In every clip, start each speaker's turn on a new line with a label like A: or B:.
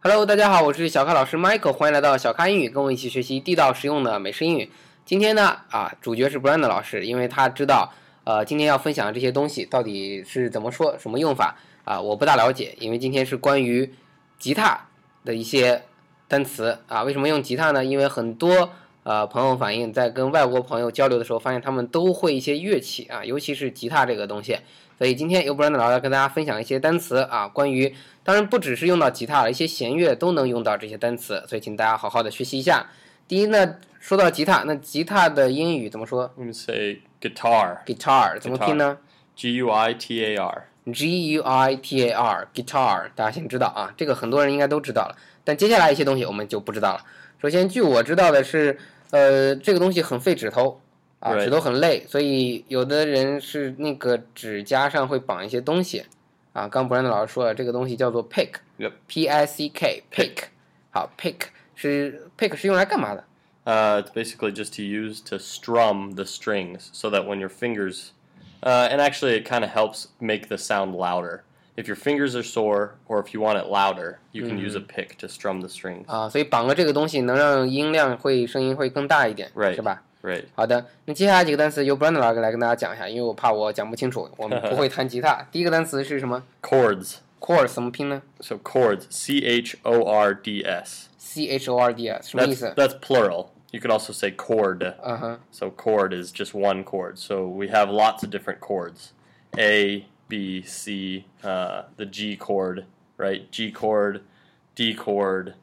A: Hello，大家好，我是小咖老师 Michael，欢迎来到小咖英语，跟我一起学习地道实用的美式英语。今天呢，啊，主角是 Brand 老师，因为他知道，呃，今天要分享的这些东西到底是怎么说、什么用法啊，我不大了解，因为今天是关于吉他的一些单词啊。为什么用吉他呢？因为很多呃朋友反映，在跟外国朋友交流的时候，发现他们都会一些乐器啊，尤其是吉他这个东西。所以今天由 Brand 老师跟大家分享一些单词啊，关于当然不只是用到吉他了，一些弦乐都能用到这些单词，所以请大家好好的学习一下。第一呢，说到吉他，那吉他的英语怎么说
B: I'm gonna say guitar.
A: ？guitar 怎么拼呢
B: G U I T A R.
A: ？G U I T A R guitar，大家先知道啊，这个很多人应该都知道了。但接下来一些东西我们就不知道了。首先，据我知道的是，呃，这个东西很费指头啊，
B: Right
A: 指头很累，所以有的人是那个指甲上会绑一些东西啊。刚 b r a n d 老师说了，这个东西叫做 pick。
B: Yep.
A: P I C K pick，好 pick 是 pick 是用来干嘛的？
B: Uh, it's basically just to use to strum the strings so that when your fingers, uh, and actually it kind of helps make the sound louder. If your fingers are sore or if you want it louder, you can use a pick to strum the strings.
A: 啊，所以绑个这个东西能让音量会声音会更大一点
B: Right
A: 是吧？
B: Right.
A: 好的，那接下来几个单词由 Brandon 老师来跟大家讲一下，因为我怕我讲不清楚，我们不会弹吉他。 第一个单词是什么
B: Chords.
A: ？chords 怎么拼呢
B: So chords. C H O R D S.
A: ？C H O R D S 什么意
B: That's
A: 思？
B: that's plural. You can also say chord.
A: 嗯哼
B: So chord is just one chord. So we have lots of different chords: A, B, C, uh, the G chord, right? G chord, D chord,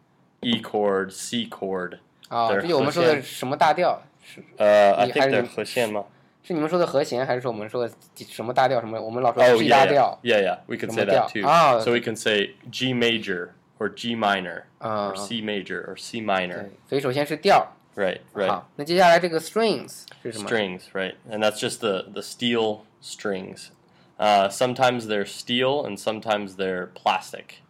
B: E chord, C chord.
A: 啊，
B: 对
A: 这就我们说的
B: 和弦
A: 什么大调？是
B: Uh, I
A: Yeah,
B: think
A: I
B: they're
A: know.
B: Hoshema.
A: 是你们说的和弦，还是说我们说的什么大调？什么我们老说
B: Oh
A: G 大
B: yeah, yeah,
A: 调
B: yeah, yeah. We could say that
A: 什么
B: too.
A: 调？啊，
B: So we can say G major or G minor
A: 啊
B: or？C major or C
A: 对
B: minor.
A: 所以首先是调。
B: Right, right.
A: 好，那接下来这个 strings 是什么？
B: strings, right? And that's just the the steel strings. Uh, sometimes they're steel and sometimes they're plastic.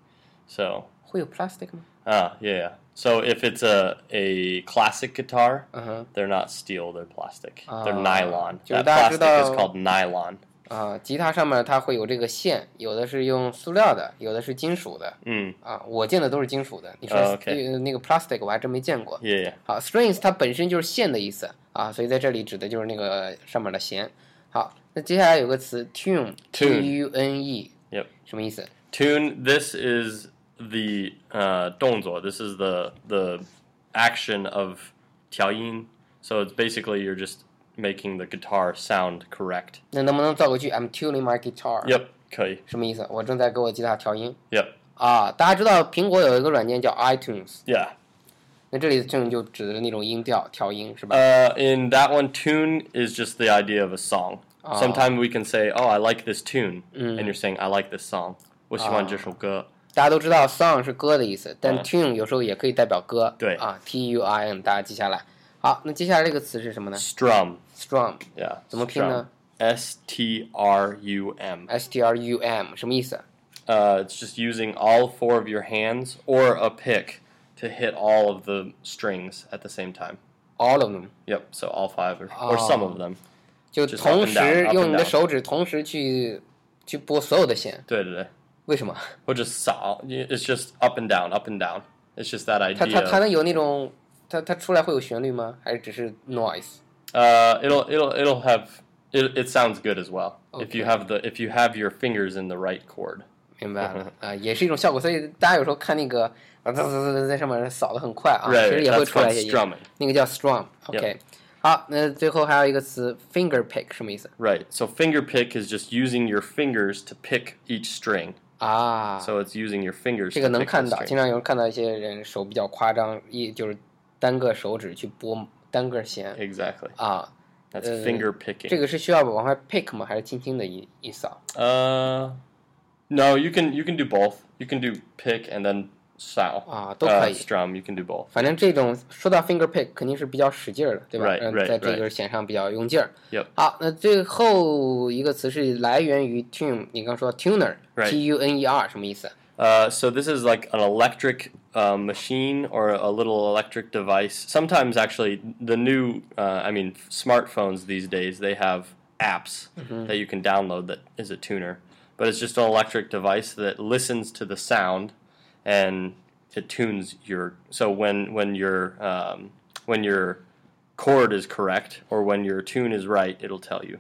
B: So,
A: 会有 plastic 吗？
B: uh, yeah, yeah. So if it's a a classic guitar,
A: 嗯哼，
B: they're not steel, they're plastic.
A: Ah,
B: they're nylon.
A: 就
B: That
A: 大家知
B: plastic is
A: 道-
B: called nylon.
A: 啊，吉他上面它会有这个线，有的是用塑料的，有的是金属的
B: Mm,
A: 啊。我见的都是金属的，你说、
B: 哦，OK
A: 呃那个 plastic 我还真没见过。
B: yeah, yeah.
A: 好，strings 它本身就是线的意思啊，所以在这里指的就是那个上面的弦。好，那接下来有个词
B: Tune
A: tune，t u n e，
B: Yep.
A: 什么意思？
B: Tune. This is the uh, dongzuo. This is the the action of tiaoyin. So it's basically you're just making the guitar sound correct.
A: 那能不能造个句？I'm tuning my guitar。
B: Yep. Okay.
A: 什么意思？我正在给我吉他调音
B: Yep.
A: 啊。大家知道苹果有一个软件叫 iTunes，
B: Yeah.
A: 那这里的 tune 就指的是那种音调调音是吧？
B: Uh, in that one, tune is just the idea of a song.
A: Ah.
B: Sometimes we can say, "Oh, I like this tune," and you're saying, "I like this song." 我喜欢这首歌。
A: 大家都知道 song 是歌的意思，但
B: 嗯
A: tune 有时候也可以代表歌。
B: 对
A: 啊，T U I N，大家记下来。好，那接下来这个词是什么呢
B: Strum.
A: ？strum
B: Yeah.
A: 怎么拼呢？
B: strum. S T R U M.
A: S T R U M 什么意思？
B: Uh, it's just using all four of your hands or a pick to hit all of the strings at the same time.
A: All of them，
B: Yep. So all five or, or some of them.
A: 就
B: Just up
A: 同
B: and down,
A: 时
B: up and
A: 用你的
B: down
A: 手指同时去去拨所有的弦，
B: 对对对。
A: 为什么？
B: Or just so- It's just up and down, up and down. It's just that
A: 它
B: idea.
A: 它
B: of-
A: 它能有那种它它出来会有旋律吗？还是只是 noise？
B: Uh, it'll it'll it'll have it, it sounds good as well if you
A: Okay.
B: have the if you have your fingers in the right chord.
A: 明白
B: 嗯
A: 了啊，也是一种效果。所以大家有时候看那个啊，滋滋滋滋在上面扫的很快啊，其
B: right,
A: 实
B: right,
A: 也会
B: that's
A: 出来
B: called
A: 一些音。
B: strumming.
A: 那个叫 strong。OK，、好，那最后还有一个词 finger pick 什么意思
B: Right. So finger pick is just using your fingers to pick each string.
A: 啊
B: So it's using your fingers.
A: 这个
B: to
A: 能
B: pick
A: 看
B: the
A: 到，经
B: string.
A: 常有人看到一些人手比较夸张，一就是单个手指去拨单个弦
B: Exactly.
A: 啊。
B: That's
A: Uh,
B: finger
A: 这
B: picking.
A: 个是需要往外 pick 吗？还是轻轻的一一扫
B: Uh, no, you can you can do both. You can do pick and then sow.
A: 啊？都可
B: Uh,
A: 以。
B: strum. You can do both.
A: 反正这种说到 finger pick 肯定是比较使劲儿的，对吧
B: Right,
A: 嗯
B: right,
A: 在这根弦上比较用劲儿。
B: Yep.
A: 好，那最后一个词是来源于 tune，你刚说
B: Right.
A: tuner，T U N E R 什么意思？
B: Uh, so this is like an electric uh, machine or a little electric device. Sometimes, actually, the new, uh, I mean, smartphones these days they have apps that you can download that is a tuner, but it's just an electric device that listens to the sound and it tunes your so when when your um, when your chord is correct or when your tune is right, it'll tell you.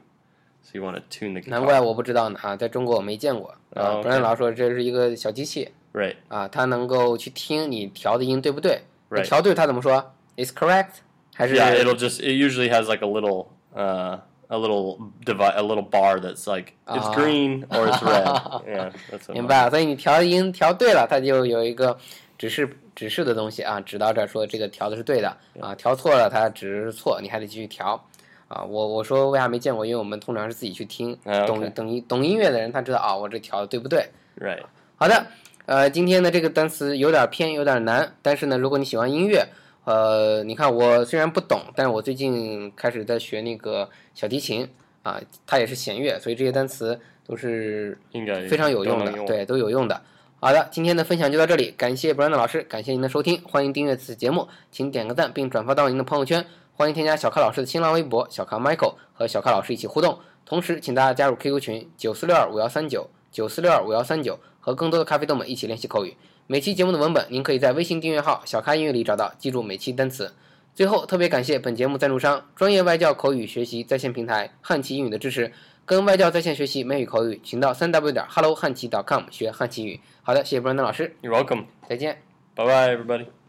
B: So you want to tune the
A: 难怪
B: guitar.
A: 我不知道呢啊，在中国我没见过啊。
B: 哦
A: 不然老说这是一个小机器
B: Right,
A: 啊，它能够去听你调的音对不对？那
B: right.
A: 调对它怎么说？Is correct 还是
B: Yeah, it'll just it usually has like a little uh, a little devi- a little bar that's like it's
A: Ah.
B: green or it's red. yeah, that's what
A: 明
B: mine-
A: 白了？所以你调音调对了，它就有一个指示指示的东西啊，指导着说这个调的是对的啊，调错了它指示错，你还得继续调。啊，我我说为啥没见过？因为我们通常是自己去听，
B: 啊
A: 懂
B: OK
A: 懂音懂音乐的人他知道啊，我这调的对不对？
B: Right.
A: 好的，呃，今天的这个单词有点偏，有点难，但是呢，如果你喜欢音乐，呃，你看我虽然不懂，但是我最近开始在学那个小提琴啊，它也是弦乐，所以这些单词都是
B: 应该
A: 非常有用的，
B: 都能用。
A: 对，都有用的。好的，今天的分享就到这里，感谢 Brand 老师，感谢您的收听，欢迎订阅此节目，请点个赞并转发到您的朋友圈，欢迎添加小咖老师的新浪微博小咖 Michael 和小咖老师一起互动，同时请大家加入 QQ 群九四六二五幺三九九四六二五幺三九，和更多的咖啡豆们一起练习口语。每期节目的文本您可以在微信订阅号小咖英语里找到，记住每期单词。最后，特别感谢本节目赞助商专业外教口语学习在线平台汉奇英语的支持。跟外教在线学习美语口语，请到三 w 点 hello 汉奇 .com 学汉奇语。好的，谢谢布兰登老师，
B: You're welcome.
A: 再见。
B: Bye bye everybody.